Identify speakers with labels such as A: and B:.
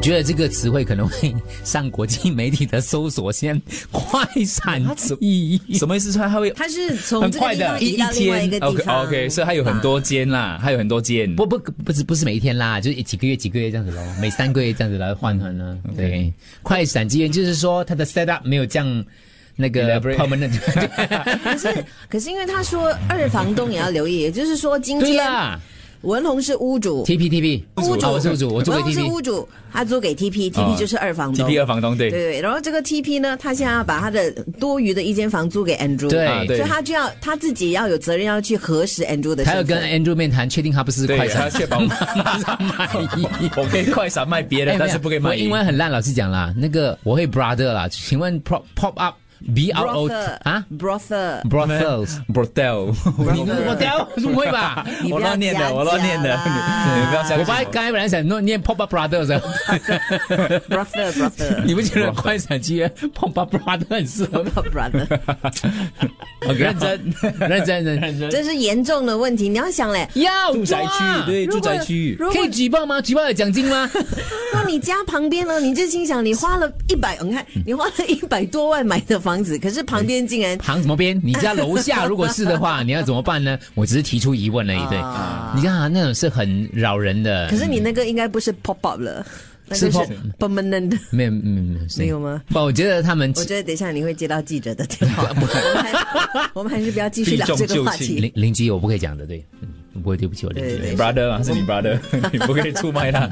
A: 觉得这个词汇可能会上国际媒体的搜索先快闪记忆。
B: 什么意思？它它会
C: 它是从
B: 很
C: 这个
B: 快
C: 地
B: 的
C: 方移到另外一个地
B: ，OK
C: 方啊
B: OK，所以它有很多间啦，它有很多间。
A: 啊不不不是不是每一天啦，就是几个月几个月这样子咯，每三个月这样子来换换啦。对，快闪机缘就是说它的 set up 没有这样那个
B: Elaborate
A: permanent。
C: 可是可是因为他说二房东也要留意，也就是说今
A: 对
C: 天
A: 啦
C: 文宏是屋主。
A: ，T P T P，啊
C: 屋主，
A: 我是屋主，我租给
C: 文宏
A: T
C: 是
A: P。
C: 屋主，他租给 TP，TP 就是二房东。
B: TP 二房东
C: 对
B: 对，
C: 对，然后这个 TP 呢，他现在要把他的多余的一间房租给 Andrew，
A: 对
B: 啊对
C: 所以他就要他自己要有责任要去核实 Andrew 的身份。
A: 他要跟 Andrew 面谈，确定他不是
B: 对
A: 快闪
B: 他确 保
A: 卖艺。
B: 我可以快闪卖别哎
C: 哎
B: 的，但是不可以
A: 哎我
B: 卖
A: 英
B: 淫。
A: 文很烂，老师讲啦，那个我会 brother 啦，请问 pop pop up b r o
C: brother
A: 啊
C: brother，
A: brothels。
B: brothel，
A: 你我掉 不会吧？
C: 你啊不
B: 我
C: 要
B: 乱念
C: 假
B: 的，我乱念的，
C: 假啦
B: 你你不啊要相信
A: 我本来刚才本来想弄念 pop up brothers，的
C: brother brother 哦
A: 你不觉得快闪机 pop up brother 很适 合吗
C: brother，
B: 我。认真，
A: 认真认真，
C: 这是严重的问题，你要想嘞。
A: 要
B: 住宅区对，
C: 如
B: 住
C: 果
B: 宅区域。
C: 如果
A: 可以举报吗？举报有奖金 吗？
C: 那你家旁边呢？你就心想，你花了一百，你看
B: 嗯
C: 你花了一百多万买的房子，可是旁边竟
B: 嗯
C: 然
A: 行什么边？你家楼下如果是的 话，你要怎么办呢？我只是提出疑问而已。对，
C: 啊
A: 你看啊，那种是很扰人的。
C: 可是你那个应该不是 pop up 了，那
A: 是
C: 个是
A: pop-
C: permanent。
B: 嗯
A: 没有没有没有
C: 没有吗？
A: 不，我觉得他们
C: 我觉得等一下你会接到记者的电 话，我们还我们还是不要继续聊这个话
B: 避重
C: 题。
B: 就
A: 邻邻居我不可以讲的，对，嗯，我不会对不起我邻居
B: 啊
C: 对。对
B: 你 brother 嘛，是你 brother，你不可以出卖他。